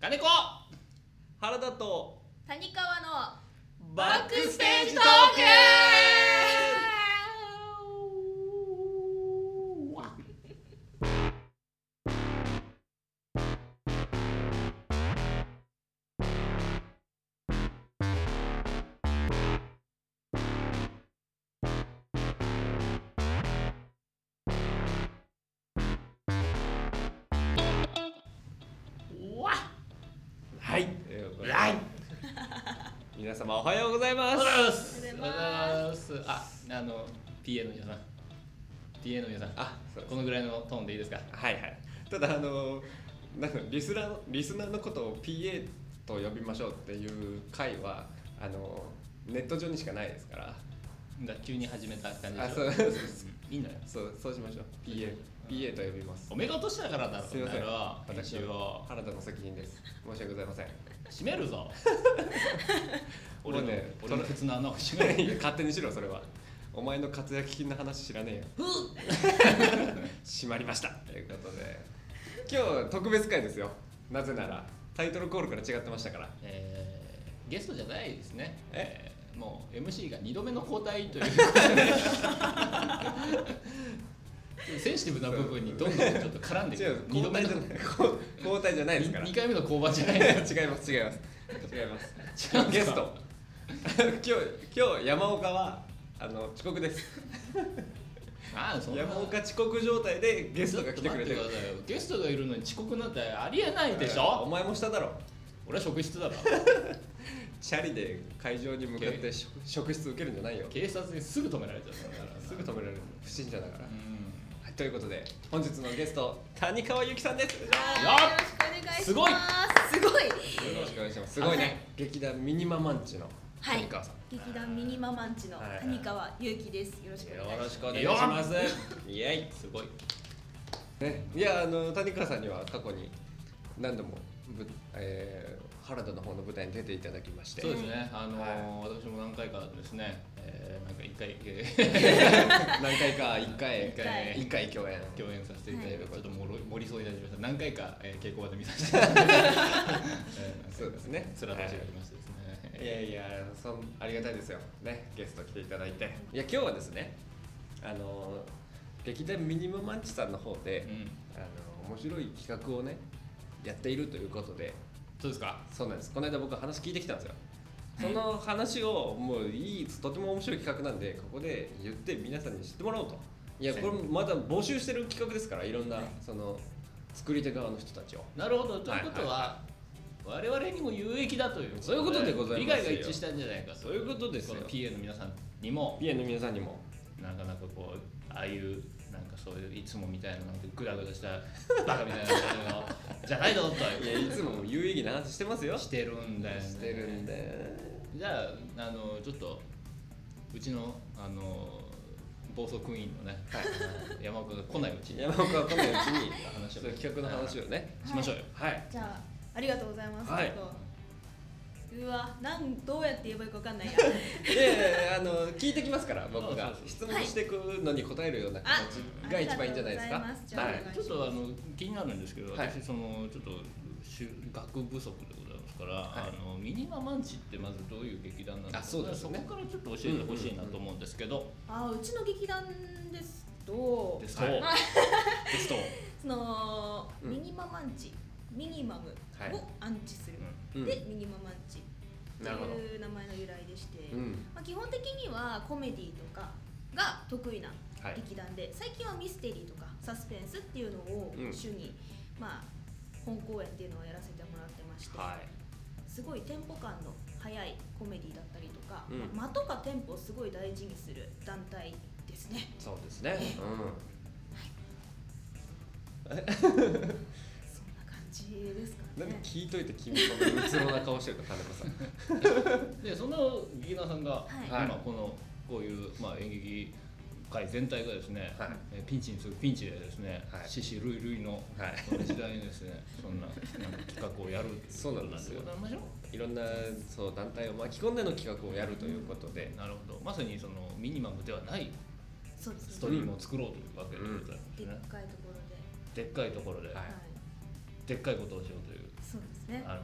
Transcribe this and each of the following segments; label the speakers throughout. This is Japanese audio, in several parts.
Speaker 1: 金子
Speaker 2: 原田と
Speaker 3: 谷川の
Speaker 2: バックステージトーク
Speaker 1: わ
Speaker 2: はい
Speaker 1: ライ
Speaker 2: 皆様おはようございま
Speaker 1: お
Speaker 2: す
Speaker 1: はようございます
Speaker 3: おはようございます
Speaker 1: あ、あの PA の皆さん PA の皆さん
Speaker 2: あそう
Speaker 1: このぐらいのトーンでいいですか
Speaker 2: はいはいただあのなんかリスナーのリスナーのことを PA と呼びましょうっていう回はあのネット上にしかないですから
Speaker 1: だ急に始めた感じでしょ
Speaker 2: あそう
Speaker 1: うんいいのよ
Speaker 2: そうそうしましょう PA, PA と呼びます
Speaker 1: おめが落としたからだろ
Speaker 2: すいません私
Speaker 1: 私
Speaker 2: は
Speaker 1: を
Speaker 2: 原田の責任です申し訳ございません
Speaker 1: 閉めるぞ俺
Speaker 2: もう
Speaker 1: の、
Speaker 2: ね
Speaker 1: 俺の鉄の穴を 閉める
Speaker 2: いや勝手にしろそれはお前の活躍金の話知らねえよ閉まりましたということで今日特別会ですよなぜならタイトルコールから違ってましたから
Speaker 1: えーゲストじゃないですね
Speaker 2: え
Speaker 1: えーもう MC が2度目の交代というこ とでセンシティブな部分にどんどんちょっと絡んでいく
Speaker 2: 違う
Speaker 1: 2
Speaker 2: 交
Speaker 1: 度目
Speaker 2: 代
Speaker 1: の
Speaker 2: じゃない交交代じゃないですから
Speaker 1: 2回目の交番じゃないです
Speaker 2: 違います違います違います
Speaker 1: 違うんですか
Speaker 2: ゲスト今日今日山岡はあの遅刻です
Speaker 1: ああそんな
Speaker 2: 山岡遅刻状態でゲストが来てくれて
Speaker 1: ち
Speaker 2: る
Speaker 1: ょっと待ってくださいよゲストがいるのに遅刻なんてありえないでし
Speaker 2: お
Speaker 1: ょ
Speaker 2: 前もしただろ
Speaker 1: 俺は職質だろ
Speaker 2: チャリで会場に向かって職職質受けるんじゃないよ
Speaker 1: 警察にすぐ止められちゃうからな
Speaker 2: すぐ止められる不審者だから、
Speaker 1: うん
Speaker 2: はい、ということで本日のゲスト谷川由紀さんです
Speaker 3: はいよろしくお願いします
Speaker 1: すごい
Speaker 3: すごい
Speaker 2: よろしくお願いしますすごいね、
Speaker 3: はい
Speaker 2: 劇団ミニママンチの
Speaker 3: はい
Speaker 2: 谷川さん、
Speaker 3: 劇団ミニママンチの
Speaker 2: はい
Speaker 3: 谷川祐希ですよろしくお願いし
Speaker 2: よろ
Speaker 3: ま
Speaker 2: し
Speaker 3: す
Speaker 2: くお願いしますイエイ
Speaker 1: すごい
Speaker 2: ね、いやあの谷川さんには過去に何度もぶ、えー原田の方の舞台に出ていただきまして
Speaker 1: そうですねあのー私も何回かですねえーなんか一回えー
Speaker 2: 何回か1回
Speaker 3: 一回
Speaker 2: 1回共演
Speaker 1: 共演させていただいて、
Speaker 2: はい
Speaker 1: ちょっともろ盛りそうになりました何回か、えー、稽古場で見させていただいて、えー
Speaker 2: そうですね
Speaker 1: つら出しがありましてですね、
Speaker 2: いやいやそんありがたいですよねゲスト来ていただいていや今日はですねあの劇団ミニムマンチさんの方で、
Speaker 1: うん、
Speaker 2: あの面白い企画をねやっているということで
Speaker 1: そうですか
Speaker 2: そうなんですこの間僕話聞いてきたんですよその話をもういいとても面白い企画なんでここで言って皆さんに知ってもらおうといやこれまだ募集してる企画ですからいろんなその作り手側の人たちを
Speaker 1: なるほどということは、我々にも有益だという
Speaker 2: そういうことでございますよ
Speaker 1: 理解が一致したんじゃないか
Speaker 2: そういうことですよ
Speaker 1: この PA の皆さんにも
Speaker 2: PA の皆さんにも
Speaker 1: なかなかこうああいうなんかそういういつもみたいななんかグダグダしたバカみたいなのじゃないぞと
Speaker 2: いやいつも有意義な話してますよ
Speaker 1: してるんだよね
Speaker 2: してるんで
Speaker 1: じゃああのちょっとうちのあの暴走クイーンのね、山岡が来ないうちに
Speaker 2: 山岡はこのうちに
Speaker 1: 話を
Speaker 2: そういう企画の話をね
Speaker 1: しましょうよ、
Speaker 2: はい
Speaker 3: じゃあありがとうございます、
Speaker 2: はい
Speaker 3: ちょっとうわなんどうやって言えばいいかわかんない や
Speaker 2: いやいやいやあの聞いてきますから僕
Speaker 1: そ
Speaker 2: が
Speaker 1: うそう
Speaker 2: 質問していくのに答えるような
Speaker 3: あ
Speaker 2: 形が一番いいんじゃないです
Speaker 3: ありがとうございますじ
Speaker 2: か
Speaker 3: ゃあお
Speaker 2: は
Speaker 3: 願いします
Speaker 1: ちょっとあの気になるんですけど、
Speaker 2: はい
Speaker 1: 私そのちょっと就学不足でございますから、
Speaker 2: はい
Speaker 1: あのミニママンチってまずどういう劇団なんですか
Speaker 2: あそうですね
Speaker 1: そこからちょっと教えてほしいなと思うんですけど、
Speaker 3: あうちの劇団ですと
Speaker 1: ですと、
Speaker 2: はい
Speaker 1: ですと、
Speaker 3: その、
Speaker 2: うん
Speaker 3: ミニママンチミニマム
Speaker 2: はい
Speaker 3: をアンチする、
Speaker 2: うん
Speaker 3: でミニママンチ
Speaker 2: い
Speaker 3: と
Speaker 2: なるほど
Speaker 3: いう名前の由来でして、
Speaker 2: うん
Speaker 3: まあ、基本的にはコメディとかが得意な
Speaker 2: はい
Speaker 3: 劇団で、最近はミステリーとかサスペンスっていうのを
Speaker 2: うん
Speaker 3: 主に、まあ、本公演っていうのをやらせてもらってまして、
Speaker 2: は
Speaker 3: すごいテンポ感の速いコメディだったりとか、
Speaker 2: うん
Speaker 3: まあ間とかテンポをすごい大事にする団体です ね。
Speaker 2: い、そうですね。
Speaker 3: そんな感じですか
Speaker 2: うん。なんで
Speaker 3: ね。
Speaker 2: 聞いといて君このうつろな顔してるの金子さん。
Speaker 1: でその劇団さんが、
Speaker 3: はい
Speaker 1: 今このこういうまあ演劇界全体がですね、
Speaker 2: はい
Speaker 1: えーピンチに次ぐピンチでですね、
Speaker 2: はい
Speaker 1: 獅子類類の
Speaker 2: はい
Speaker 1: その時代にですね、そんななんか企画をやるってい
Speaker 2: そうなんですよ
Speaker 1: ことなんでございましょう。
Speaker 2: いろんなそう団体を巻き込んでの企画をやるということで、
Speaker 1: なるほどまさにそのミニマムではない
Speaker 3: そうですね。
Speaker 1: ストリームを作ろうというわけでございます
Speaker 3: でっ
Speaker 1: ね、
Speaker 3: かいところで、
Speaker 1: でっかいところで、
Speaker 2: はい
Speaker 3: はい、
Speaker 1: でっかいことをしようという
Speaker 3: そうですね
Speaker 1: なる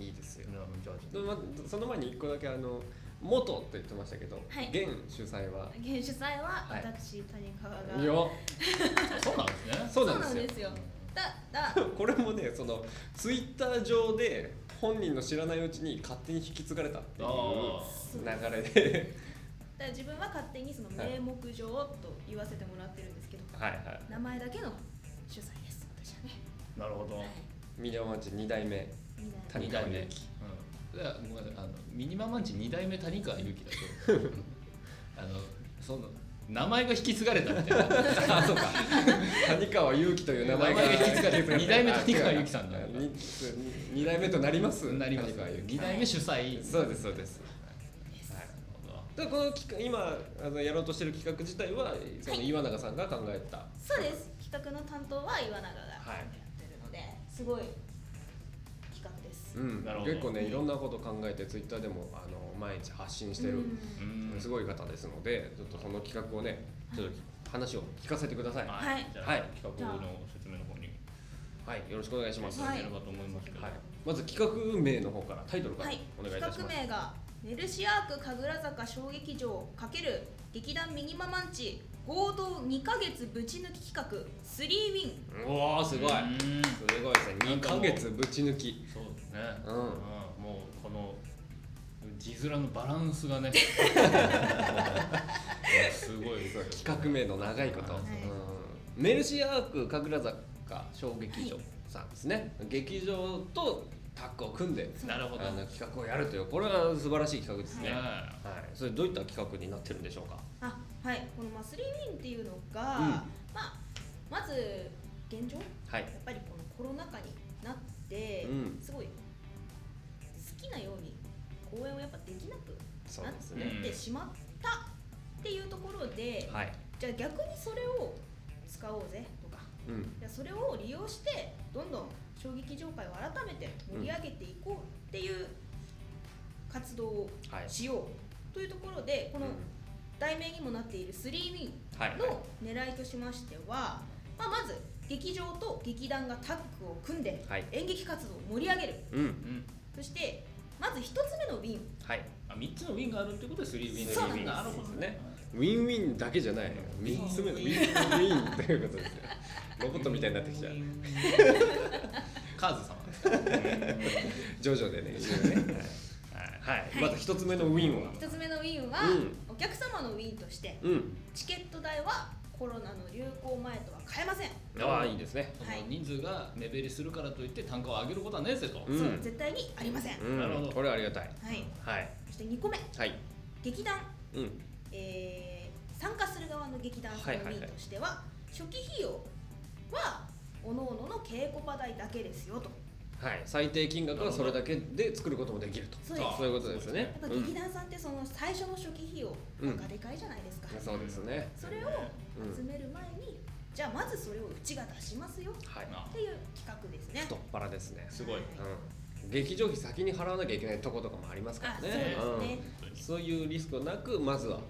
Speaker 2: いいです
Speaker 1: ほ
Speaker 2: よ
Speaker 1: ど。じゃあち
Speaker 2: で
Speaker 1: ょっと
Speaker 2: まその前に1個だけあの元と言ってましたけど、
Speaker 3: はい
Speaker 2: 現主催は
Speaker 3: 原主催は
Speaker 2: はい
Speaker 3: 私、谷川が
Speaker 2: いや
Speaker 1: そうなんですね。
Speaker 2: そうなんですよ
Speaker 3: よだだ
Speaker 2: これもねそのツイッター上で本人の知らないうちに勝手に引き継がれたってい
Speaker 1: ああ
Speaker 2: う流れで
Speaker 3: だ自分は勝手にその名目上と言わせてもらってるんですけど、
Speaker 2: はいはい
Speaker 3: 名前だけの主催です私はね
Speaker 1: なるほど。
Speaker 2: ミニオンマンチ2代目
Speaker 3: みんな
Speaker 2: 谷
Speaker 1: 二
Speaker 2: 川
Speaker 1: 代
Speaker 2: 祐
Speaker 1: 目。うん
Speaker 2: 希。
Speaker 1: じゃあごめんなさいあのミニママンチ二代目谷川祐希だ と。あのその名前が引き継がれたみたいな。
Speaker 2: あそうか谷川祐希という名前が
Speaker 1: 名前が引き継が れて
Speaker 2: あ
Speaker 1: 二代目谷川祐希さんだ
Speaker 2: に二代目となります
Speaker 1: なります
Speaker 2: 谷川祐。希
Speaker 1: 二代目主催。
Speaker 2: そうですそうです
Speaker 3: です、
Speaker 2: はい
Speaker 1: な
Speaker 2: だからこの企画今あのやろうとしてる企画自体はその岩永さんが考えた、
Speaker 3: そうです企画の担当は岩永がや
Speaker 2: はい
Speaker 3: ってるので、すごい企画です、
Speaker 2: うん
Speaker 1: なるほど
Speaker 2: 結構ねいろんなこと考えてツイッターでもあの毎日発信してる、
Speaker 3: うん
Speaker 1: るほどうん。
Speaker 2: す
Speaker 1: い。
Speaker 2: ごい方ですのでちょっとその企画をねちょっと話を聞かせてくださいは
Speaker 1: はい。じゃあ
Speaker 2: はい
Speaker 1: 企画の説明の方に
Speaker 2: いよろしくお願いします、
Speaker 1: 進
Speaker 3: は
Speaker 1: め
Speaker 3: い
Speaker 1: ればと思いますけど。
Speaker 2: はいまず企画名の方からタイトルから
Speaker 3: はい
Speaker 2: お願いい
Speaker 3: 企
Speaker 2: たします、
Speaker 3: 画名がネルシアーク神楽坂小劇場×劇団ミニママンチ合同2ヶ月ぶち抜き企画3ウィン
Speaker 2: うわーすご
Speaker 1: う
Speaker 2: い、
Speaker 1: ん
Speaker 2: すごいですね
Speaker 1: な
Speaker 2: 2
Speaker 1: んかも
Speaker 2: ヶ
Speaker 1: う
Speaker 2: 月ぶち抜き
Speaker 1: そうですね。
Speaker 2: うん
Speaker 1: うんもうこの字面のバランスが ね。すごい。
Speaker 2: 企画名の長いこと、
Speaker 1: はい
Speaker 2: うんメルシアーク神楽坂小劇場さんですね、劇場とタッグを組んで
Speaker 1: なる
Speaker 2: あ
Speaker 1: ほど。
Speaker 2: の企画をやるというこれは素晴らしい企画ですね、はい
Speaker 1: ね。
Speaker 2: それどういった企画になってるんでしょうか
Speaker 3: あはいこのまあ3ウィンっていうのが、
Speaker 2: うん
Speaker 3: まあ、まず現状や
Speaker 2: はい
Speaker 3: っぱりこのコロナ禍になって、
Speaker 2: うん
Speaker 3: すごい好きなように公演をやっぱできなく
Speaker 2: そう
Speaker 3: な
Speaker 2: です
Speaker 1: う
Speaker 2: ね、
Speaker 1: ん
Speaker 3: っ
Speaker 1: で
Speaker 3: てしまったっていうところで、
Speaker 2: はい、
Speaker 3: じゃあ逆にそれを使おうぜとか
Speaker 2: うん、
Speaker 3: じゃあそれを利用してどんどん衝撃場界を改めて盛り上げていこうっていう活動を
Speaker 2: はい
Speaker 3: しようというところでこの題名にもなっている 3WIN
Speaker 2: はい
Speaker 3: の狙いとしましては、まあ、まず劇場と劇団がタッグを組んで
Speaker 2: はい
Speaker 3: 演劇活動を盛り上げる
Speaker 2: うん
Speaker 1: うん。
Speaker 3: そしてまず1つ目の WIN
Speaker 2: はい
Speaker 1: あ、三つのウィンがあるってことでスリーウィン。
Speaker 3: そうなんです
Speaker 1: なるほどね。
Speaker 2: ウィンウィンだけじゃない3つ目のウィンウィンということですねロボットみたいになってきちゃう
Speaker 1: カーズ様。
Speaker 2: 徐々でね一緒にねはい、はい、まず一つ目のウィンは
Speaker 3: 1つ目の WIN は
Speaker 2: うん
Speaker 3: お客様の WIN として
Speaker 2: うん
Speaker 3: チケット代はコロナの流行前とは変えません
Speaker 2: ああいいですね
Speaker 1: その
Speaker 3: はい
Speaker 1: 人数が目減りするからといって単価を上げることはねえぜと。
Speaker 2: うん
Speaker 3: そう絶対にありません、
Speaker 2: うん
Speaker 1: なるほど
Speaker 2: これはありがたい
Speaker 3: はい、
Speaker 2: はい
Speaker 3: そして2個目
Speaker 2: はい
Speaker 3: 劇団、
Speaker 2: うん
Speaker 3: えー参加する側の劇団
Speaker 2: はいはいはい
Speaker 3: 3人としては,、初期費用はおののの稽古場代だけですよと
Speaker 2: はい最低金額はそれだけで作ることもできると
Speaker 3: そうです
Speaker 2: そういうことですね
Speaker 3: やっぱ
Speaker 2: うん
Speaker 3: 劇団さんってその最初の初期費用
Speaker 2: うん
Speaker 3: がでかいじゃないですか、
Speaker 2: そうですね
Speaker 3: それを
Speaker 2: うん
Speaker 3: 集める前に、じゃあまずそれをうちが出しますよ
Speaker 2: はい
Speaker 3: っていう企画ですね
Speaker 2: 太っ腹ですね
Speaker 1: すごい
Speaker 3: は
Speaker 2: うん劇場費先に払わなきゃいけないとことかもありますから
Speaker 3: あそう
Speaker 2: ね
Speaker 3: です
Speaker 2: うん
Speaker 3: ね
Speaker 1: 本当に
Speaker 2: そういうリスクをなくまずは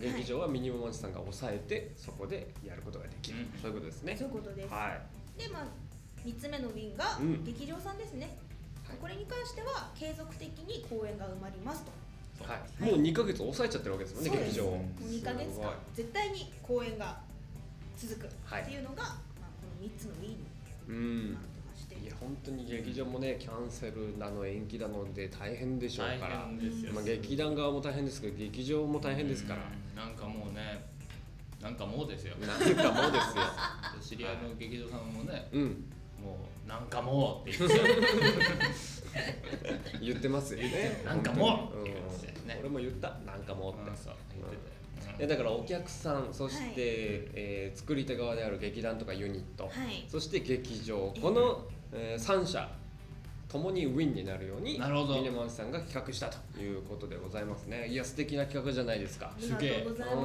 Speaker 2: 劇場はミニモマンチさんが抑えてそこでやることができる、
Speaker 1: うん
Speaker 2: そういうことですね
Speaker 3: そういうことです、
Speaker 2: は
Speaker 3: でまあ3つ目のウィンが
Speaker 2: うん
Speaker 3: 劇場さんですね、
Speaker 2: はい
Speaker 3: これに関しては継続的に公演が埋まりますと
Speaker 1: そ
Speaker 2: い、
Speaker 1: う
Speaker 2: はい、
Speaker 3: はい
Speaker 2: もう2ヶ月抑えちゃってるわけですもんね
Speaker 3: そうです
Speaker 2: 劇場を
Speaker 1: も
Speaker 3: もう2ヶ月
Speaker 2: すごい
Speaker 3: 間絶対に公演が続くっ
Speaker 2: はい
Speaker 3: ていうのが、まあ、この3つのウィンに
Speaker 2: う
Speaker 3: なっ
Speaker 2: ん
Speaker 3: てまして、
Speaker 2: いや本当に劇場もねキャンセルだの延期だので大変でしょ
Speaker 1: 大
Speaker 2: うから、
Speaker 1: 変ですよ。
Speaker 2: まあ、劇団側も大変ですけど劇場も大変ですから、
Speaker 1: うん。なんかもうね、なんかもうですよ。
Speaker 2: なんかもうですよ
Speaker 1: 知り合いの劇場さんもね、
Speaker 2: うん
Speaker 1: もうなんかもうって言って
Speaker 2: 言ってますよね
Speaker 1: なんかもう
Speaker 2: 本当に
Speaker 1: って言ってたよね
Speaker 2: 俺も言ったなんかもうって、
Speaker 1: そう言ってたよ
Speaker 2: いやだからお客さんそして、
Speaker 3: はい
Speaker 2: えー作り手側である劇団とかユニット、
Speaker 3: はい
Speaker 2: そして劇場この、え3社ともにウィンになるように
Speaker 1: なるほど
Speaker 2: ミネマンさんが企画したということでございますねいや素敵な企画じゃないですか
Speaker 3: ありがとうございます
Speaker 2: すげえ
Speaker 1: うん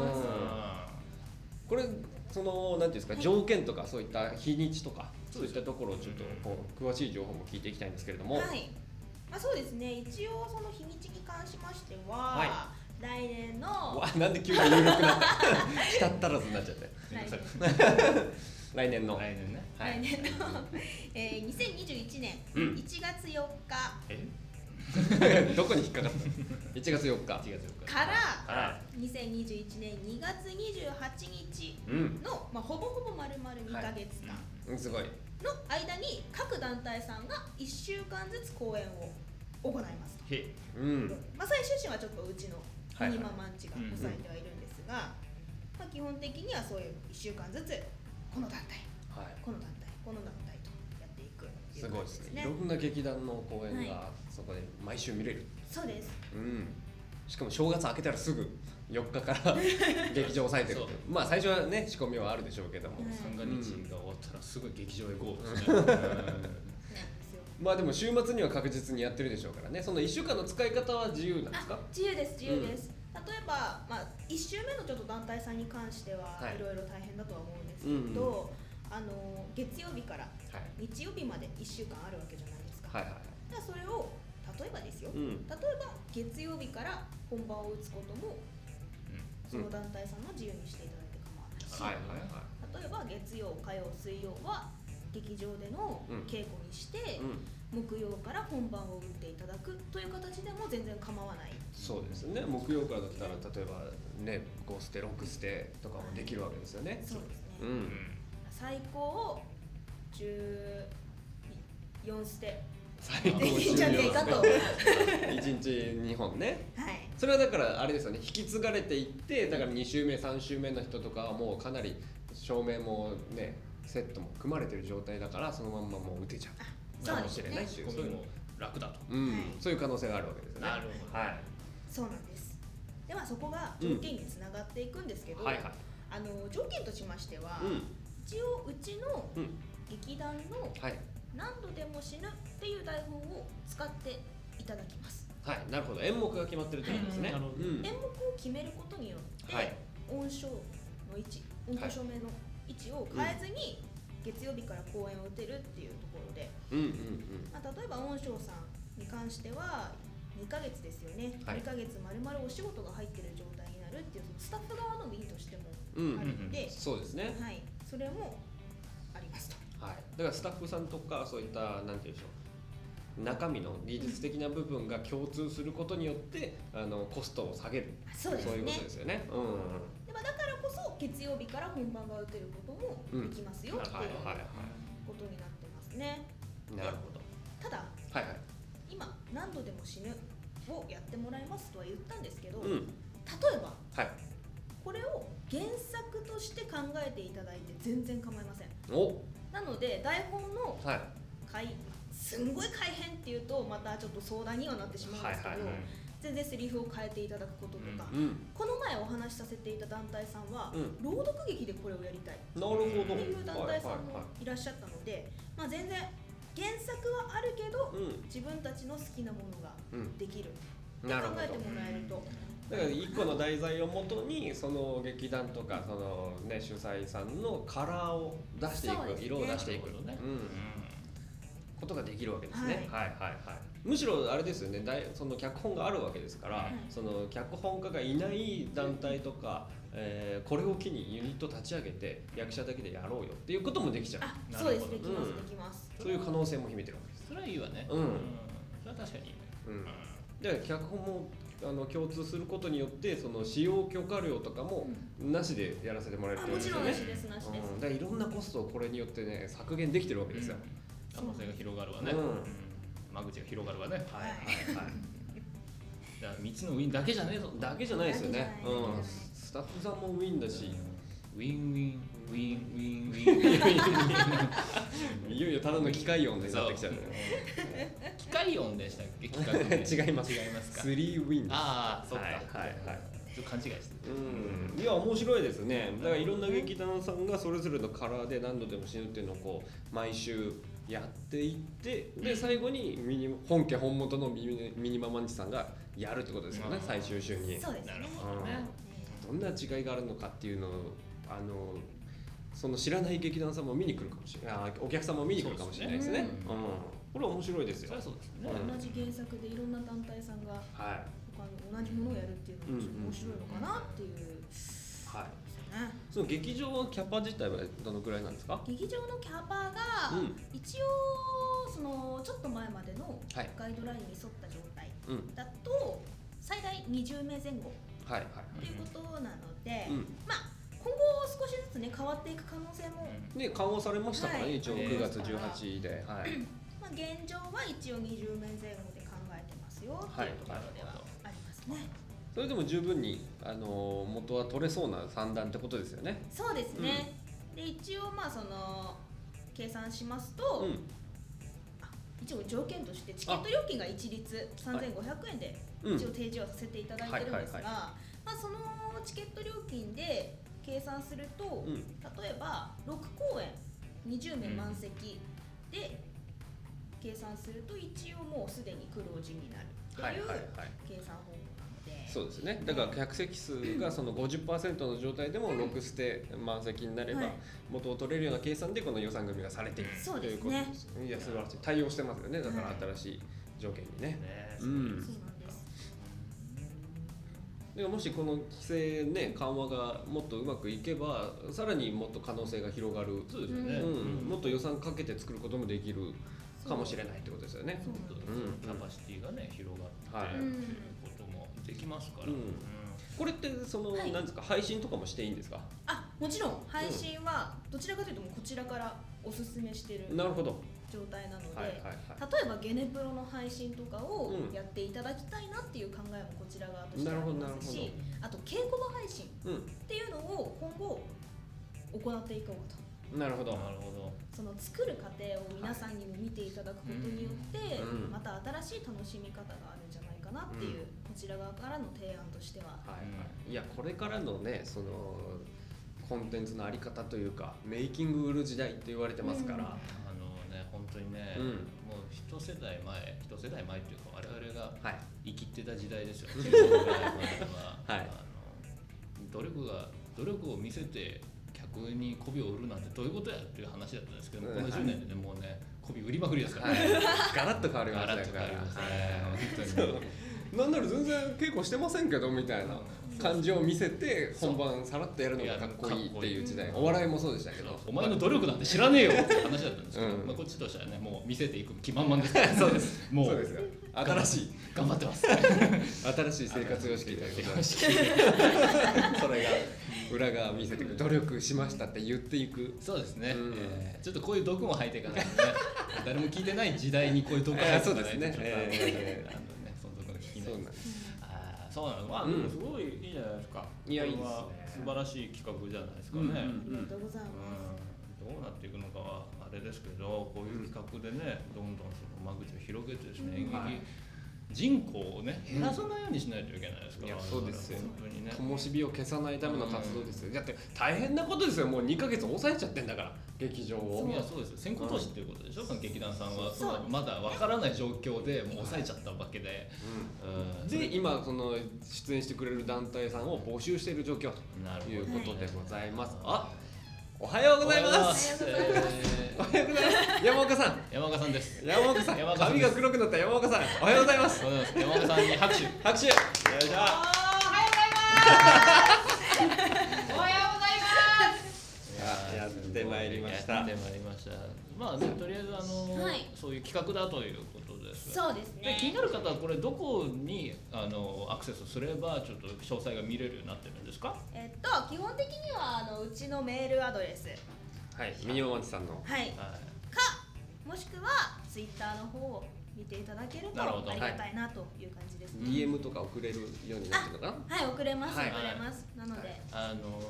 Speaker 2: これその何ていうんですか条件とかそういった日にちとかそういったところをちょっとこう詳しい情報も聞いていきたいんですけれども、
Speaker 3: はいまあ、そうですね一応その日にちに関しましては、
Speaker 2: はい
Speaker 3: 来年の
Speaker 2: わなんで急に有 力な浸ったらずになっちゃって
Speaker 1: めんどくさい
Speaker 2: 来年の、
Speaker 1: 来年ね
Speaker 2: は
Speaker 3: 来
Speaker 2: い、
Speaker 3: 年の、えー、2021年
Speaker 2: うん
Speaker 3: 1月4日
Speaker 1: え
Speaker 2: どこに引っかかったの1月4日
Speaker 1: 1月4日
Speaker 3: から
Speaker 2: は
Speaker 3: 2021年2月28日
Speaker 2: いうん
Speaker 3: の、まあ、ほぼほぼ丸々2ヶ月間
Speaker 2: うんすごい
Speaker 3: の間に各団体さんが1週間ずつ公演を行いますと、
Speaker 1: へい
Speaker 2: うん
Speaker 3: まあ、最終審はちょっとうちの
Speaker 2: はいはい
Speaker 3: ミニママンチが抑えてはいるんですが、まあ、基本的にはそういう1週間ずつこの団体
Speaker 2: は
Speaker 3: この団体この団体とやっていく
Speaker 2: い
Speaker 3: と
Speaker 2: す
Speaker 3: う
Speaker 2: ご
Speaker 3: 感
Speaker 2: いで
Speaker 3: じ
Speaker 2: すねいろんな劇団の公演がそこで毎週見れる、
Speaker 3: そうです
Speaker 2: うんしかも正月明けたらすぐ4日から劇場押さえてるってまあ最初はね仕込みはあるでしょうけども、
Speaker 3: うん
Speaker 1: 三が日が終わったらすごい劇場へ行こうですねうん
Speaker 3: そうなんですよ
Speaker 2: まあでも週末には確実にやってるでしょうからねその1週間の使い方は自由なんですか
Speaker 3: あ自由です自由です、例えば、まあ、1周目のちょっと団体さんに関しては
Speaker 2: はい
Speaker 3: いろいろ大変だとは思うんですけど、あの月曜日から
Speaker 2: はい
Speaker 3: 日曜日まで1週間あるわけじゃないですか,、
Speaker 2: はいはいは
Speaker 3: だからそれを例えばですよ、
Speaker 2: いうん
Speaker 3: 例えば月曜日から本番を打つこともその団体さんの自由にしていただいて構わないし、
Speaker 2: はいはいは
Speaker 3: 例えば月曜火曜水曜は劇場での稽古にして、
Speaker 2: い、うん、
Speaker 3: 木曜から本番を打っていただくという形でも全然構わない
Speaker 2: そうですね木曜からだったら例えばね5ステ6ステとかもできるわけですよね
Speaker 3: そうですね、
Speaker 2: う
Speaker 1: うんん
Speaker 3: 最高14ステ
Speaker 2: 最
Speaker 1: 高
Speaker 3: できんじゃねえかとはい
Speaker 2: 1日2本ねそれはだからあれですよね引き継がれていってだから2週目3週目の人とかはもうかなり照明もねセットも組まれてる状態だからそのまんまもう打てちゃ
Speaker 3: あ
Speaker 2: う
Speaker 3: そ
Speaker 2: か
Speaker 3: う
Speaker 2: も
Speaker 3: で
Speaker 2: し
Speaker 3: す
Speaker 2: れない
Speaker 3: ね
Speaker 2: し
Speaker 1: 仕込みも楽だと
Speaker 2: うん
Speaker 3: はい
Speaker 2: そういう可能性があるわけですよね
Speaker 1: なるほど
Speaker 2: はい
Speaker 3: そうなんですではそこが条件につながっていくんですけど、
Speaker 2: はいはい
Speaker 3: あの条件としましては、
Speaker 2: うん
Speaker 3: 一応うちの
Speaker 2: うん
Speaker 3: 劇団の
Speaker 2: はい
Speaker 3: 「何度でも死ぬ」っていう台本を使っていただきます
Speaker 2: はいなるほど演目が決まってるってことですね
Speaker 1: はいなるほど
Speaker 2: うん
Speaker 3: 演目を決めることによって、
Speaker 2: はい
Speaker 3: 音章の位置音と照明の位置を変えずに、月曜日から公演を打てるっていうところで
Speaker 2: うんうん
Speaker 3: まあ、例えば恩賞さんに関しては2ヶ月ですよね、
Speaker 2: はい
Speaker 3: 2ヶ月まるまるお仕事が入ってる状態になるっていうそのスタッフ側の意義としても
Speaker 2: うんうん
Speaker 3: あるので、
Speaker 2: そうですね
Speaker 3: はい、それもありますと。
Speaker 2: はい、だからスタッフさんとかそういったなんていうんでしょう中身の技術的な部分が共通することによってあのコストを下げる
Speaker 3: そうです
Speaker 2: いう
Speaker 3: ね
Speaker 2: ことですよね。うんうん
Speaker 3: でまあだからこそ月曜日から本番が打てることもできますよっていう
Speaker 2: はいはいは
Speaker 3: ことになってますね。
Speaker 2: い。なるほど。
Speaker 3: ただ
Speaker 2: はいはい。
Speaker 3: 今何度でも死ぬをやってもらいますとは言ったんですけど、
Speaker 2: う
Speaker 3: 例
Speaker 2: ん。
Speaker 3: えば
Speaker 2: はい。
Speaker 3: これを原作として考えていただいて全然構いません。
Speaker 2: お、
Speaker 3: なので台本の
Speaker 2: はい。
Speaker 3: 改すんごい改変っていうとまたちょっと相談にはなってしまうんですけど、
Speaker 2: はいはいはい
Speaker 3: 全然セリフを変えていただくこととか、
Speaker 2: うん。
Speaker 3: この前お話しさせていた団体さんは、
Speaker 2: うん
Speaker 3: 朗読劇でこれをやりたいっ
Speaker 2: なるほど。
Speaker 3: ていう団体さんも
Speaker 2: はい
Speaker 3: らっしゃったので、まあ、全然原作はあるけど
Speaker 2: いはいはい。
Speaker 3: 自分たちの好きなものが
Speaker 2: うん。
Speaker 3: できる
Speaker 2: うん。なるほ
Speaker 3: 考えて
Speaker 2: ど。
Speaker 3: もらえると、
Speaker 2: だから一個の題材をもとにその劇団とかそのね主催さんのカラーを出してい
Speaker 3: そうです
Speaker 2: く、
Speaker 3: ね
Speaker 2: 色を出してい
Speaker 1: な
Speaker 2: く
Speaker 1: るほどね
Speaker 2: うん
Speaker 1: う。
Speaker 2: ことができるわけですね。はい、はい、はいむしろあれですよね、だいその脚本があるわけですから、
Speaker 3: はい
Speaker 2: その脚本家がいない団体とか、えーこれを機にユニット立ち上げて役者だけでやろうよっていうこともできちゃう。
Speaker 3: あ
Speaker 1: なるほど
Speaker 3: そうですできます、
Speaker 2: うん
Speaker 3: できます
Speaker 2: そういう可能性も秘めてるわけです。
Speaker 1: それはいいわね
Speaker 2: うん
Speaker 1: それは確かにいいね
Speaker 2: うん。だから脚本もあの共通することによってその使用許可料とかもなしでやらせてもらえるっ
Speaker 3: あ
Speaker 2: てこ
Speaker 3: も
Speaker 2: と
Speaker 3: ち
Speaker 2: です
Speaker 3: ろんな
Speaker 2: よね。
Speaker 3: しですなしです、
Speaker 2: うん、だからいろんなコストをこれによってね削減できてるわけですよ。
Speaker 1: 可能性が広がるわね
Speaker 2: うん
Speaker 1: 間口が広がるわね
Speaker 3: はい
Speaker 2: はい。
Speaker 1: だから3つのウィンだけじゃねえぞ
Speaker 2: だけじゃないですよね
Speaker 3: だ。けじゃない
Speaker 2: うん。スタッフさんもウィンだし、
Speaker 1: ウィンウィンウィンウィンウィンウィンウィン
Speaker 2: いよいよただの機械音になってきちゃうね。
Speaker 1: 機械音でしたっ け企画で
Speaker 2: 違います
Speaker 1: 違いますか
Speaker 2: スリーウィン。
Speaker 1: ああそっか
Speaker 2: はいはいはい
Speaker 1: ちょっと勘違いしてた
Speaker 2: うん、いや面白いですねだからいろんな劇団さんがそれぞれのカラーで何度でも死ぬっていうのをこう毎週やっていってで最後にミニ本家本元のミニミニママンチさんがやるってことですよね
Speaker 1: うん
Speaker 2: 最終週に
Speaker 3: そうですね
Speaker 1: なるほ
Speaker 2: どね
Speaker 3: ね
Speaker 2: どんな違いがあるのかっていうのをあのその知らない劇団さんも見に来るかもしれないあお客さんも見に来るかもしれないですね
Speaker 1: そうですね
Speaker 2: うこれ面白いです
Speaker 1: そ
Speaker 2: よ
Speaker 1: れはそうですね、
Speaker 2: う
Speaker 3: 同
Speaker 2: ん
Speaker 3: じ原作でいろんな団体さんが
Speaker 2: はい
Speaker 3: 他の同じものをやるっていうのが面白いのかなっていうです
Speaker 2: はい
Speaker 3: ね。
Speaker 2: その劇場のキャパ自体はどのくらいなんですか
Speaker 3: 劇場のキャパ
Speaker 2: う
Speaker 3: が
Speaker 2: ん
Speaker 3: 一応そのちょっと前までの
Speaker 2: はい
Speaker 3: ガイドラインに沿った状態
Speaker 2: うん
Speaker 3: だと最大20名前後
Speaker 2: はいはい
Speaker 3: っていうことなので、
Speaker 2: うん
Speaker 3: まあ今後少しずつね変わっていく可能性も、
Speaker 2: で緩和されましたからね、
Speaker 3: はい
Speaker 2: 一応
Speaker 1: えー
Speaker 2: 9月18日で、はい
Speaker 3: まあ、現状は一応20名前後で考えてますよっていうところではありますね。
Speaker 2: それでも十分に、あのー元は取れそうな算段ってことですよね
Speaker 3: そうですね、で一応まあその計算しますと、
Speaker 2: うん
Speaker 3: 一応条件としてチケット料金が一律3500円で
Speaker 2: うん
Speaker 3: 一応提示はさせていただいてるんですが、
Speaker 2: はいはいはい
Speaker 3: まあ、そのチケット料金で計算すると、
Speaker 2: うん
Speaker 3: 例えば6公演20名満席で計算すると一応もうすでに黒字になる
Speaker 2: は
Speaker 3: っ
Speaker 2: い
Speaker 3: ていう
Speaker 2: はいはい
Speaker 3: 計算方法なので、
Speaker 2: そうですねだから客席数がその50%の状態でも6ステ満席になれば
Speaker 3: はい
Speaker 2: 元を取れるような計算でこの予算組がされている
Speaker 3: そう
Speaker 2: とい
Speaker 3: で
Speaker 2: う
Speaker 3: す
Speaker 2: こと
Speaker 3: ね
Speaker 2: ですいや素晴らしい対応してますよねだから
Speaker 3: はい
Speaker 2: 新しい条件にね、
Speaker 1: ね
Speaker 2: う
Speaker 3: そうんなんです
Speaker 2: でももしこの規制ね緩和がもっとうまくいけばさらにもっと可能性が広がる
Speaker 1: そうですよね、
Speaker 2: う
Speaker 1: うん
Speaker 2: ん、もっ
Speaker 1: もっ
Speaker 2: と予算かけて作ることもできる
Speaker 3: そう
Speaker 2: かもしれないってことですよね
Speaker 3: そ。う
Speaker 1: と
Speaker 2: うん
Speaker 1: キャパシティがね広がって、っ
Speaker 2: はい
Speaker 1: ていうこともできますから、
Speaker 2: うん
Speaker 1: うん
Speaker 2: これってその、
Speaker 3: はい
Speaker 2: なんですか配信とかもしていいんですか。
Speaker 3: あもちろん配信はどちらかというともうこちらからおすすめしてる
Speaker 2: なるほど。
Speaker 3: 状態なので、
Speaker 2: はいはいはい。
Speaker 3: 例えばゲネプロの配信とかを
Speaker 2: うん
Speaker 3: やっていただきたいなっていう考えもこちら側としてあ
Speaker 2: なるほど
Speaker 3: り
Speaker 2: なる
Speaker 3: ま
Speaker 2: ほど
Speaker 3: すしあと稽古場配信
Speaker 2: う
Speaker 3: っていうのを今後行っていこうかと
Speaker 2: ん、なるほど。
Speaker 1: なるほど
Speaker 3: その作る過程を皆さんにも見ていただくことによって、
Speaker 2: うん
Speaker 3: また新しい楽しみ方があるんじゃないかなっていう、こちら側からの提案としては
Speaker 2: はい。いやこれからのねそのコンテンツのあり方というかメイキング売る時代って言われてますから。
Speaker 1: あのね本当にね、
Speaker 2: うん
Speaker 1: もう一世代前一世代前っていうか我々が
Speaker 2: はい。
Speaker 1: 生きてた時代 ですよ10年ぐらい前は、
Speaker 2: はい
Speaker 1: あの努力が努力を見せて客に媚びを売るなんてどういうことやっていう話だったんですけども、
Speaker 2: うん
Speaker 1: この10年でね、もうね媚び売りまくりですから
Speaker 2: は
Speaker 1: ね、
Speaker 2: い、ガラッと変わりま
Speaker 1: ガ
Speaker 2: した
Speaker 1: ラッと変わりましたね
Speaker 2: は
Speaker 1: 本
Speaker 2: いそうなんなら全然稽古してませんけどみたいな感じを見せて本番さらっとやるのがかっこいいっていう時代お笑いもそうでしたけど
Speaker 1: お前の努力なんて知らねえよって話だったんですけど、
Speaker 2: うん
Speaker 1: まあ、こっちとしてはねもう見せていく気満々ですから、そうですも
Speaker 2: そう
Speaker 1: う
Speaker 2: ですよ新しい
Speaker 1: 頑張ってます
Speaker 2: 新しい生活様式ということでそれが裏側見せてくる努力しましたって言っていく
Speaker 1: そうですね、
Speaker 2: うん
Speaker 1: えーちょっとこういう毒も入っていか ないとね誰も聞いてない時代にこういう毒が入っていかないとちょっとあの
Speaker 2: えーそうですねえー
Speaker 1: あのねその毒が聞きな
Speaker 2: そ
Speaker 1: いう
Speaker 2: なんです
Speaker 1: ああそうなのまあ、
Speaker 2: うん
Speaker 1: でもすごいいいじゃないですか
Speaker 2: いや
Speaker 1: これはい
Speaker 2: いですね
Speaker 1: 素晴らしい企画じゃないですかね、
Speaker 2: うん
Speaker 1: うん
Speaker 2: うん
Speaker 3: ありがとうございます、
Speaker 1: どうなっていくのかはあれですけどこういう企画でねどんどんその間口を広げてですね演劇、
Speaker 2: はい
Speaker 1: 人口をね減らさないようにしないといけないですから、
Speaker 2: いやそうですよ
Speaker 1: 本当にね
Speaker 2: 灯火を消さないための活動ですよだって大変なことですよもう2ヶ月抑えちゃってんだから劇場を
Speaker 1: いやそうですよ先行投資っていうことでしょ、その劇団さんは
Speaker 3: そう
Speaker 1: そのまだわからない状況でもう抑えちゃったわけで、うん
Speaker 2: で今その出演してくれる団体さんを募集している状況
Speaker 1: な
Speaker 2: と
Speaker 1: る
Speaker 2: いう
Speaker 1: ほど
Speaker 2: ことでございます、あ
Speaker 1: は
Speaker 2: おはようございます
Speaker 1: す
Speaker 3: おはようございます
Speaker 1: えー
Speaker 2: おはようございます山岡さん
Speaker 1: 山岡さんです
Speaker 2: 山岡さん
Speaker 1: 山岡さん
Speaker 2: 髪が黒くなった山岡さんおはようございます
Speaker 1: そうです山岡さんに拍手
Speaker 2: 拍手よいし
Speaker 4: おはようございます。おはようござい
Speaker 2: ょ
Speaker 4: ます。
Speaker 2: ややってまいりました
Speaker 1: やってまいりましたまあねとりあえずあの、
Speaker 3: はい
Speaker 1: そういう企画だということです
Speaker 3: そうです
Speaker 1: で気に
Speaker 3: ね
Speaker 1: なる方はこれどこにあのアクセスすればちょっと詳細が見れるようになってるんですか
Speaker 3: えっと基本的にはあのうちのメールアドレス
Speaker 2: はいミニオマチさんの
Speaker 3: はい
Speaker 1: はい
Speaker 3: かもしくはツイッターの方を見ていただけると
Speaker 1: なるほど
Speaker 3: ありがたいなという感じですね。
Speaker 2: DM とか送れるようになってるのかな
Speaker 3: はい、遅れます、
Speaker 2: はい
Speaker 3: 遅れます。なので、
Speaker 1: あの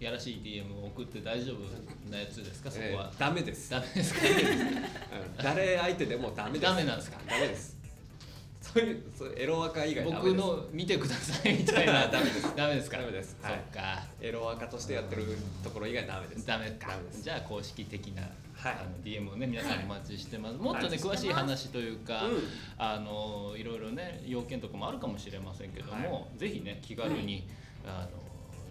Speaker 1: やらしい DM を送って大丈夫なやつですかそこ
Speaker 2: え
Speaker 1: は
Speaker 2: ー、ダメです
Speaker 1: ダメですか
Speaker 2: うん誰相手でもダメです
Speaker 1: ダメなんですか
Speaker 2: ダメですそういうそうエロアカ以外ダメです
Speaker 1: 僕の見てくださいみたいな
Speaker 2: ダメです
Speaker 1: ダメですか
Speaker 2: ダメです
Speaker 1: そっか、
Speaker 2: エロアカとしてやってるところ以外ダメです
Speaker 1: ダメか
Speaker 2: ダメです
Speaker 1: じゃあ公式的な、
Speaker 2: はい
Speaker 1: あの DM をね皆さんお待ちしてます、もっと
Speaker 2: お
Speaker 1: ね
Speaker 2: 待ちして
Speaker 1: 詳しい話というか、
Speaker 2: うん
Speaker 1: あのいろいろね要件とかもあるかもしれませんけども、ぜひね気軽に、あの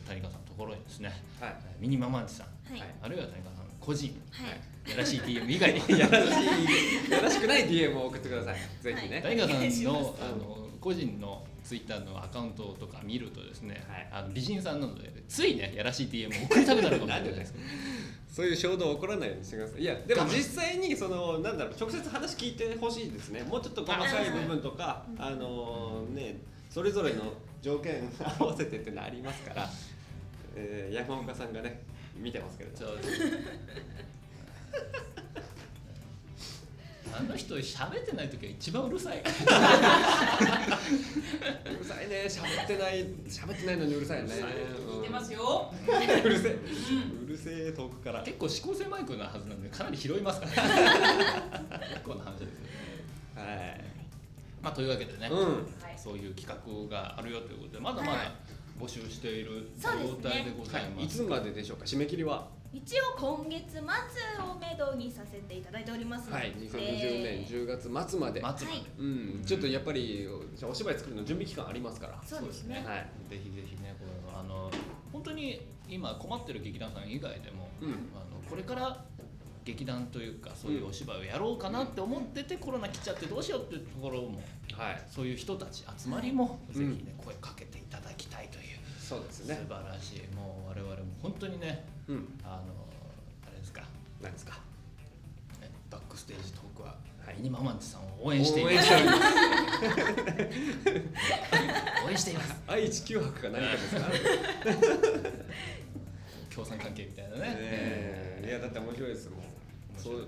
Speaker 1: 谷川さんのところにですね
Speaker 2: はい
Speaker 1: ミニママンチさん
Speaker 3: はい、
Speaker 2: は
Speaker 3: はいい、
Speaker 1: あるいは谷川さん個人
Speaker 2: はい
Speaker 1: やらしい DM 以外に
Speaker 2: やらしいやらしくない DM を送ってくださいぜひね、
Speaker 1: 大河さ
Speaker 3: お願い
Speaker 1: ん
Speaker 3: します
Speaker 1: のあの個人のツイッターのアカウントとか見るとですね、
Speaker 2: はい
Speaker 1: あの美人さんなのでついねやらしい DM を送りたくなるかもしれなん
Speaker 2: な
Speaker 1: い
Speaker 2: で
Speaker 1: で
Speaker 2: です
Speaker 1: す
Speaker 2: かそういう衝動起こらないようにしてくださいいやでも実際にそのなんだろう直接話聞いてほしいですねもうちょっと細かい部分とか
Speaker 3: あ
Speaker 2: あのねそれぞれの条件合わせてってのありますから、えー、山岡さんがね見てますけれど
Speaker 1: そう あの人喋ってない時は一番うるさい
Speaker 2: うるさいね喋ってない喋ってないのにうるさいね
Speaker 4: 聞いてますよ。
Speaker 2: うんうるせえうるせえ遠くから
Speaker 1: 結構思考狭い子なはずなんでかなり拾い ますからね結構な話ですよね
Speaker 2: はい
Speaker 1: まあというわけでね、
Speaker 2: うん
Speaker 4: はい。
Speaker 1: そういう企画があるよということでまだま
Speaker 3: はい
Speaker 1: だ募集している状
Speaker 3: そうですね
Speaker 1: 態でござい
Speaker 2: い
Speaker 1: ます
Speaker 2: つまででしょうか締め切りは
Speaker 3: 一応今月末をめどにさせていただいておりますので、
Speaker 2: 2020年10月末まで、
Speaker 1: 待つま
Speaker 3: はい
Speaker 2: うん、ちょっとやっぱりお芝居作るの準備期間ありますから
Speaker 3: そうですね
Speaker 2: は
Speaker 1: はいい、ぜひぜひねこれはあの本当に今困ってる劇団さん以外でも、
Speaker 2: うん
Speaker 1: あのこれから劇団というかそういうお芝居をやろうかなって思ってて、コロナ来ちゃってどうしようっていうところも
Speaker 2: はい
Speaker 1: そういう人たち集まりも、
Speaker 2: ん
Speaker 1: ぜひね声かけていただきたいという
Speaker 2: そうです
Speaker 1: 素晴
Speaker 2: ね
Speaker 1: らしいもう我々も本当にね
Speaker 2: うん
Speaker 1: あのあれですか
Speaker 2: なんですか
Speaker 1: ねバックステージトークは、
Speaker 2: はい
Speaker 1: ミニママンチさんを応援しています
Speaker 2: 応援しております
Speaker 1: 応援しています
Speaker 2: 愛知九博が何かですかね
Speaker 1: 共産関係みたいなね
Speaker 2: えいやだって面白いですもんそ
Speaker 1: 白いう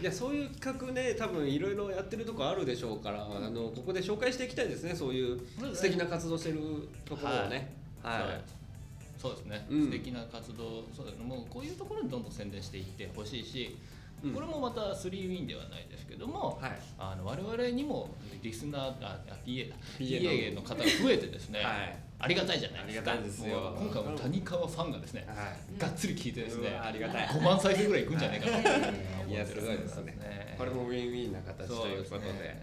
Speaker 2: いやそういう企画ね多分いろいろやってるとこあるでしょうから、あのここで紹介していきたいですねそういう
Speaker 1: そうです
Speaker 2: 素
Speaker 1: ね
Speaker 2: 敵な活動してるところをねはい、
Speaker 1: そうそうですね、
Speaker 2: うん
Speaker 1: 素敵な活動そうだ、ね、もうこういうところにどんどん宣伝していってほしいし、
Speaker 2: うん
Speaker 1: これもまた3ウィンではないですけども、
Speaker 2: はい
Speaker 1: あの我々にもリスナーああ PA だ
Speaker 2: PA
Speaker 1: PA の方が増えてですね、
Speaker 2: はい
Speaker 1: ありがたいじゃないですか
Speaker 2: ありがたいですよ
Speaker 1: もう今回も谷川ファンがですね、
Speaker 2: は
Speaker 1: がっつり聞いてです
Speaker 2: う
Speaker 1: ね
Speaker 2: わありがたい
Speaker 1: 5万再生ぐらいいくんじゃないかなと思ってるん
Speaker 2: いやすごいですねこれもウィンウィンな形
Speaker 1: そ
Speaker 2: と
Speaker 1: う
Speaker 2: いう
Speaker 1: です
Speaker 2: こと
Speaker 1: ね
Speaker 2: で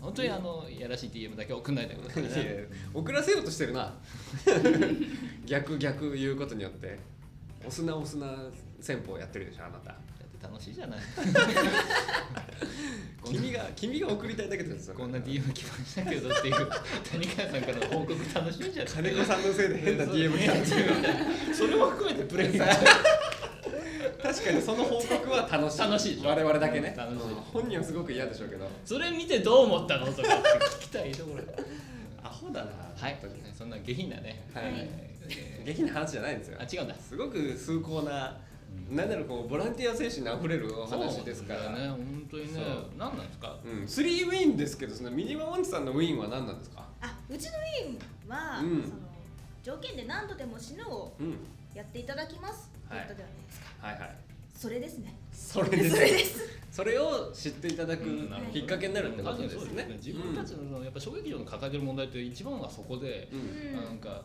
Speaker 1: 本当にあのいやらしい DM だけ送んないでくださいね
Speaker 2: いや遅らせようとしてるな 逆逆言うことによってお砂お砂戦法やってるでしょあなた
Speaker 1: だって楽しいじゃない
Speaker 2: 君が君が送りたいだけですよ
Speaker 1: こんな DM 来ましたけどっていう谷川さんからの報告楽しみじゃない
Speaker 2: 金子さんのせいで変な DM 来たんですよ
Speaker 1: それも含めてプレミアム
Speaker 2: 確かにその報告は楽しい
Speaker 1: 楽しいでしょ
Speaker 2: 我々だけね
Speaker 1: 楽しい
Speaker 2: 本人はすごく嫌でしょうけど
Speaker 1: それ見てどう思ったのとかって聞きたいところ
Speaker 2: アホだな
Speaker 1: はいそんな下品なね、
Speaker 2: はい
Speaker 1: え
Speaker 2: 下品な話じゃないんですよ
Speaker 1: ーあ違うんだ
Speaker 2: すごく崇高な何だろうこうボランティア精神にあふれるお話ですから
Speaker 1: そうなんだよね本当にね
Speaker 2: そう
Speaker 1: 何なんですか
Speaker 2: うん、スリーウィンですけど、そのミニママンチさんのウィンは何なんですか。
Speaker 3: あうちの委員は、
Speaker 2: うん
Speaker 3: その条件で何度でも死ぬを
Speaker 2: うん、
Speaker 3: やっていただきますと
Speaker 2: はい
Speaker 3: 言ったではないですか、
Speaker 2: はいはい。
Speaker 3: それですね
Speaker 2: それです。
Speaker 3: それです
Speaker 2: それを知っていただく
Speaker 1: うんなるほど
Speaker 2: きっかけになるってことですね。
Speaker 1: 自分たちのそのやっぱ小劇場の抱えてる問題って一番はそこで、
Speaker 2: うん。うん
Speaker 1: なんか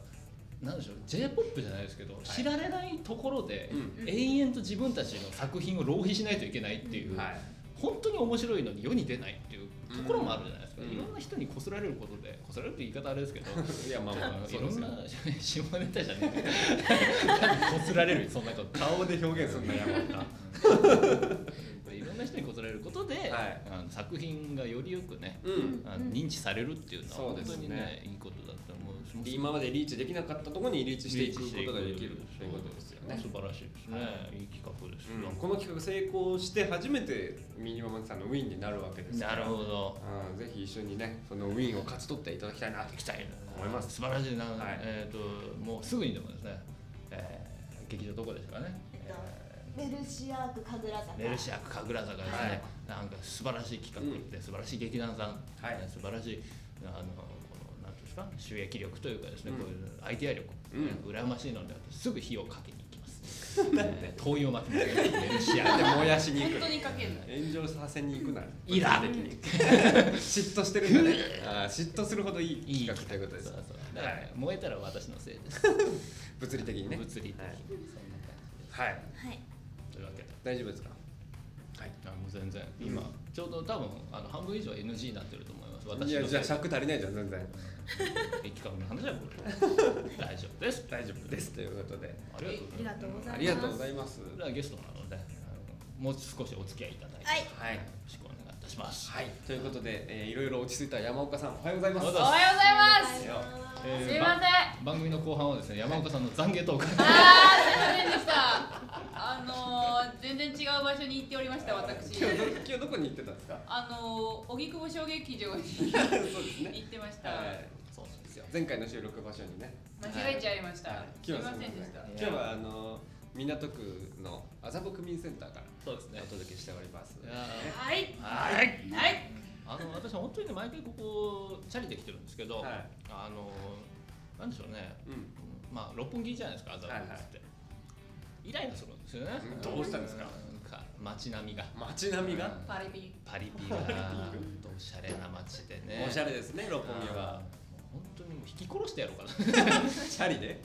Speaker 1: なんでしょう j p o p じゃないですけど、知られないところで、
Speaker 2: うん
Speaker 1: 永遠と自分たちの作品を浪費しないといけないっていう、
Speaker 2: はい。
Speaker 1: 本当に面白いのに世に出ないっていうところもあるじゃないですか、
Speaker 2: うん
Speaker 1: いろんな人にこすられることでこすられるって言い方あれ ですけど
Speaker 2: いやま あまあ
Speaker 1: あのい
Speaker 2: そう
Speaker 1: ろ
Speaker 2: です
Speaker 1: ん
Speaker 2: よ
Speaker 1: な下ネタじゃねえなんでこすられるそんなこと
Speaker 2: 顔で表現するんだ山岡。
Speaker 1: いろんな人にこすられることで、
Speaker 2: い
Speaker 1: あの作品がよりよくね、
Speaker 2: うん。
Speaker 1: あの
Speaker 3: うん
Speaker 1: 認知されるっていうのは
Speaker 2: そう
Speaker 1: 本
Speaker 2: です
Speaker 1: 当
Speaker 2: ね
Speaker 1: にねいいことだと思うしもう
Speaker 2: 今までリーチできなかったところにリーチしていくことができると
Speaker 1: と
Speaker 2: い
Speaker 1: いううこ
Speaker 2: こ
Speaker 1: とと
Speaker 2: で
Speaker 1: ですす
Speaker 2: よ
Speaker 1: よ
Speaker 2: ね
Speaker 1: ね。素晴らしいですね、い、い企画です、
Speaker 2: うんこの企画成功して初めてミニママンチさんのウィンになるわけですか
Speaker 1: な
Speaker 2: ら。
Speaker 1: るほど
Speaker 2: うん。ぜひ一緒にね、そのウィンを勝ち取っていただきたいなと
Speaker 1: 行きたいな
Speaker 2: 思います
Speaker 1: 素晴らしいな、
Speaker 2: はい
Speaker 1: えっ、ともうすぐにでもですね、えー、劇場どこですかね、
Speaker 3: えっと
Speaker 1: え
Speaker 3: メルシアーク神楽坂
Speaker 1: ーメルシアク神楽坂ですね、
Speaker 2: はい
Speaker 1: なんか素晴らしい企画で、素晴らしい劇団さん、
Speaker 2: はい
Speaker 1: えー素晴らしいあのこのなんていうんですか収益力というかですね、
Speaker 2: うん
Speaker 1: こういうアイデア力、
Speaker 2: う
Speaker 1: え
Speaker 2: ん
Speaker 1: ー羨ましいのですぐ火をかけに行き ます、えー、灯油をまきますメルシア
Speaker 2: で燃やしに行
Speaker 4: 本
Speaker 2: く
Speaker 4: 当。にかける。
Speaker 2: 炎上させに行くなら
Speaker 1: イラン
Speaker 2: 物理的に 嫉妬してるんだねあー嫉妬するほどいい企画ということです
Speaker 1: そうそうだから
Speaker 2: はい
Speaker 1: 燃えたら私のせいです、
Speaker 2: 物理的にね
Speaker 1: 物理的に、
Speaker 2: はい
Speaker 1: そんな感じです
Speaker 2: はい
Speaker 3: はい
Speaker 1: というわけで
Speaker 2: 大丈夫ですか
Speaker 1: はい、あもう全然今、
Speaker 2: うん
Speaker 1: ちょうど多分あの半分以上 NG になってると思います
Speaker 2: い
Speaker 1: 私
Speaker 2: や
Speaker 1: の
Speaker 2: じゃあ
Speaker 1: せい
Speaker 2: 尺足りないじゃん全然
Speaker 1: で企画の話はこ れ大丈夫です
Speaker 2: 大丈夫ですということで
Speaker 1: ありがとう
Speaker 3: あ
Speaker 1: ご
Speaker 3: り
Speaker 1: ざい
Speaker 3: が
Speaker 1: ま
Speaker 3: とうございます
Speaker 2: ありがとうございます
Speaker 1: すそれではゲストなのであのもう少しお付き合いいただいて、
Speaker 3: はい
Speaker 1: よ
Speaker 2: はい、
Speaker 1: ろしくお願いいたします。
Speaker 2: はい、ということで、えーいろいろ落ち着いた山岡さんおはようございます
Speaker 1: おはようご
Speaker 4: お
Speaker 1: ざ
Speaker 4: はようございます
Speaker 2: よ
Speaker 1: えー
Speaker 4: すいません
Speaker 1: 番組の後半はですね、山岡さんの懺悔トーク。
Speaker 4: あーすいませんでしたあのー、全然違う場所に行っておりました私
Speaker 2: 今日ど今日どこに行ってたんです か
Speaker 4: あのー、荻窪小劇場に
Speaker 2: そうですね
Speaker 4: 行ってました、
Speaker 2: はい
Speaker 1: そうなんですよ。
Speaker 2: 前回の収録場所にね
Speaker 4: 間違えちゃいました、すい
Speaker 2: 今日
Speaker 4: ま
Speaker 2: は
Speaker 4: せんでした
Speaker 1: ね
Speaker 2: 今日はあの港区の麻布区民センターから
Speaker 1: そうですね
Speaker 2: お。届けしております
Speaker 1: いや
Speaker 4: はい
Speaker 1: ー
Speaker 4: はいはい
Speaker 1: あの私本当にね毎回ここチャリで来てるんですけど、
Speaker 2: はい
Speaker 1: あのなんでしょうね。
Speaker 2: うん
Speaker 1: まあ六本木じゃないですか、麻布って、イライラするんですよね
Speaker 2: うん。どうしたんですか
Speaker 1: なんか街並みが。
Speaker 2: 街並みが
Speaker 1: うん
Speaker 4: パリピ
Speaker 1: パリピが
Speaker 2: パリピ
Speaker 1: おしゃれな街でね。
Speaker 2: おしゃれですね六本木
Speaker 1: あ
Speaker 2: は
Speaker 1: ーもう本当にもう引き殺してやろうかな。
Speaker 2: チャリ で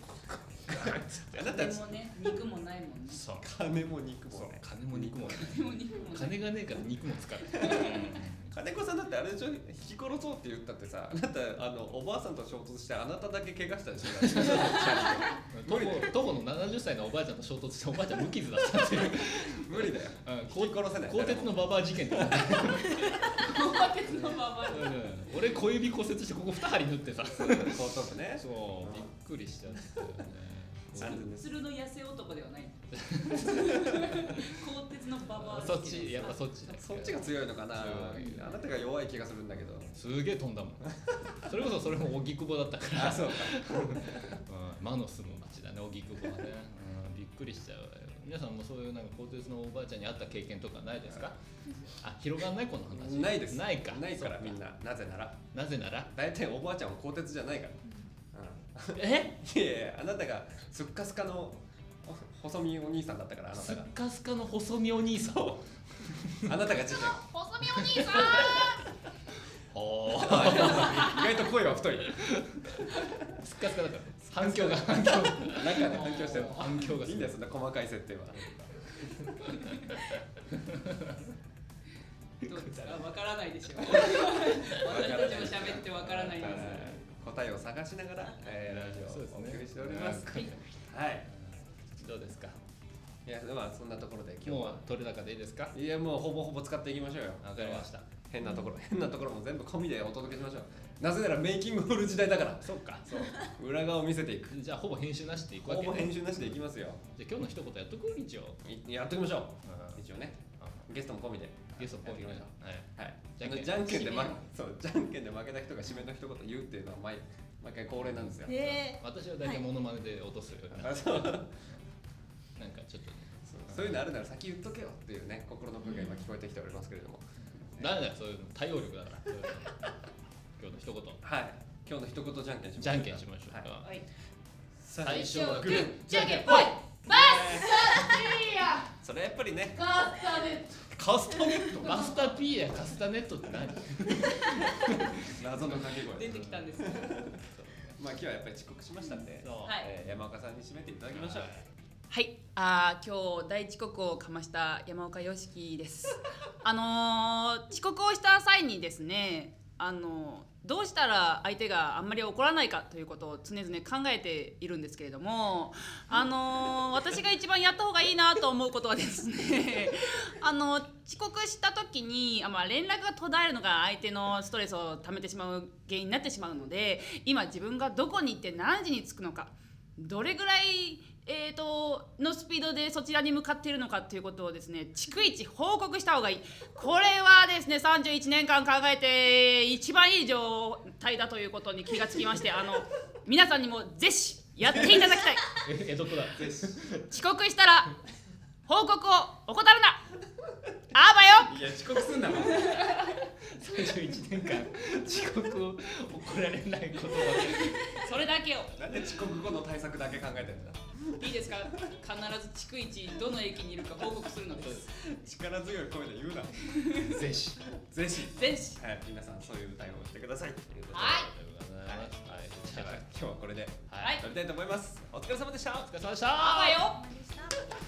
Speaker 2: あなた
Speaker 4: でもね肉もないもんね
Speaker 1: そう。
Speaker 2: 金も肉も
Speaker 1: そう
Speaker 2: ね
Speaker 1: 金も肉もない
Speaker 4: でも肉も ない
Speaker 1: 金がねえから肉も使う
Speaker 2: 金子さんだってあれでしょ引き殺そうって言ったってさあなたあのおばあさんと衝突してあなただけ怪我した でしょチャリ
Speaker 1: 徒
Speaker 2: で
Speaker 1: 歩徒歩の70歳のおばあちゃんと衝突しておばあちゃん無傷だったっていう
Speaker 2: 無理だよ
Speaker 1: うん
Speaker 2: 引き殺せない
Speaker 1: 鋼鉄のババア事件とか、
Speaker 4: お化けのまま
Speaker 1: うん、俺小指骨折してここ2針縫ってさそう
Speaker 2: 後頭部ね
Speaker 1: びっくりしちゃったよね
Speaker 2: あれです
Speaker 4: 鶴の痩せ男ではない 鋼鉄のババア
Speaker 1: そっちやっぱそっちだ
Speaker 2: そっちが強いのかな
Speaker 1: 強い
Speaker 2: あなたが弱い気がするんだけど
Speaker 1: すげえ飛んだもんそれこそそれも荻窪だったから
Speaker 2: あそうか
Speaker 1: うん、魔の住む町だね荻窪はね、うん、びっくりしちゃうわよ皆さんもそういうなんか鋼鉄のおばあちゃんに会った経験とかないですかあ広がんないこの話
Speaker 2: ないです
Speaker 1: ないか
Speaker 2: ないからみん
Speaker 1: な
Speaker 2: ななぜなら
Speaker 1: なぜなら
Speaker 2: 大体おばあちゃんは鋼鉄じゃないから、
Speaker 1: え
Speaker 2: うん、いやいやあなたがすっかすかのお細身お兄さんだったからあな
Speaker 1: す
Speaker 2: た
Speaker 1: っ
Speaker 2: が
Speaker 1: かすかの細身お兄さん
Speaker 2: そうあなたがちっちゃい
Speaker 4: 細身お兄さん
Speaker 1: おー
Speaker 2: 意外と声は太い
Speaker 1: すっかすかだから反響が反響が
Speaker 2: なんかね反響してる
Speaker 1: 反響が
Speaker 2: いいんだよそんな細かい設定は
Speaker 4: どうですかわからないでしょ
Speaker 2: わから
Speaker 4: 私
Speaker 2: ない
Speaker 4: たちも喋ってわからないで
Speaker 2: は
Speaker 4: す
Speaker 2: 答えを探しながら、えー、ラジ
Speaker 1: そうです
Speaker 2: オをお
Speaker 1: ね
Speaker 2: 送りしております
Speaker 1: はい
Speaker 2: はい
Speaker 1: どうですか
Speaker 2: いやまあそんなところで今日
Speaker 1: 今日
Speaker 2: は
Speaker 1: は取れ高でいいですか
Speaker 2: いやもうほぼほぼ使っていきましょうよ
Speaker 1: わかりました
Speaker 2: 変なところ 変なところも全部込みでお届けしましょうなぜならメイキングを売る時代だから
Speaker 1: そうか
Speaker 2: そう裏側を見せていく
Speaker 1: じゃあほぼ編集なしでいくわ
Speaker 2: ほ
Speaker 1: け
Speaker 2: ぼ
Speaker 1: ね
Speaker 2: 編集なしでいきますよ
Speaker 1: じゃあ今日の一言やっとく一応
Speaker 2: いやっていきましょう
Speaker 1: うん
Speaker 2: 一応ねゲストも込みで
Speaker 1: ゲストっぽいね
Speaker 2: やっていきましょ
Speaker 1: はい、
Speaker 2: はい
Speaker 1: じ
Speaker 2: じ
Speaker 1: ゃ
Speaker 2: ゃ
Speaker 1: ん
Speaker 2: ん
Speaker 1: けん
Speaker 2: けんじゃんけんで負
Speaker 4: 締め
Speaker 2: けそうじゃんけんで負けた人が締めの一言言うっていうのは毎毎回恒例なんですよ
Speaker 3: へえ
Speaker 1: 私は大体モノマネで落とすよ、うにな
Speaker 2: あそう
Speaker 1: なんかちょっとね
Speaker 2: そうそういうのあるなら先言っとけよっていうね心の声が今聞こえてきておりますけれども
Speaker 1: ダメだよそういうの対応力だからそういうの今日の一
Speaker 2: はい今日の一言じゃんけんし
Speaker 1: 言
Speaker 2: ましょう
Speaker 1: じゃんけんしましょうか、
Speaker 4: はい
Speaker 2: 最初
Speaker 4: は
Speaker 2: は
Speaker 4: グ
Speaker 2: グ
Speaker 4: ー
Speaker 2: ー
Speaker 4: じゃんけんぽいバスいいや
Speaker 2: それやっぱりね
Speaker 4: カスタで
Speaker 2: カスタネット
Speaker 1: マスター P やカスタネットって何
Speaker 2: 謎の掛け
Speaker 4: 出
Speaker 2: 声
Speaker 4: てきたんですよ
Speaker 2: まあ今日はやっぱり遅刻しましたんで、
Speaker 1: そう
Speaker 4: はい
Speaker 2: えー山岡さんに締めていただきましょう
Speaker 4: はい、あー今日大遅刻をかました山岡良樹です。 あのー遅刻をした際にですね、あのーどうしたら相手があんまり怒らないかということを常々考えているんですけれども、あのー私が一番やった方がいいなと思うことはですね、 あの遅刻した時にあ、まあ、連絡が途絶えるのが相手のストレスを溜めてしまう原因になってしまうので今自分がどこに行って何時に着くのかどれぐらい、えー、とのスピードでそちらに向かっているのかということをですね逐一報告した方がいいこれはですね31年間考えて一番いい状態だということに気がつきましてあの皆さんにもぜひやっていただきたい
Speaker 1: え江戸っ子だ
Speaker 4: 遅刻したら報告を怠るなあばよ
Speaker 2: いや遅刻すんなもん
Speaker 1: 31年間遅刻を怒られないことは
Speaker 4: それだけを
Speaker 2: なんで遅刻後の対策だけ考えてんだ
Speaker 4: いいですか必ず逐一どの駅にいるか報告するのです
Speaker 2: 力強い声で言うな
Speaker 1: ぜひ
Speaker 2: ぜひ
Speaker 4: 全し
Speaker 2: はい皆さんそういう対応をしてくださいということで
Speaker 4: はい
Speaker 1: はい
Speaker 2: では今日はこれで
Speaker 1: はい
Speaker 2: 撮りたいと思いますお疲れ様でした
Speaker 1: お疲れ様でした
Speaker 4: あばよ
Speaker 3: でした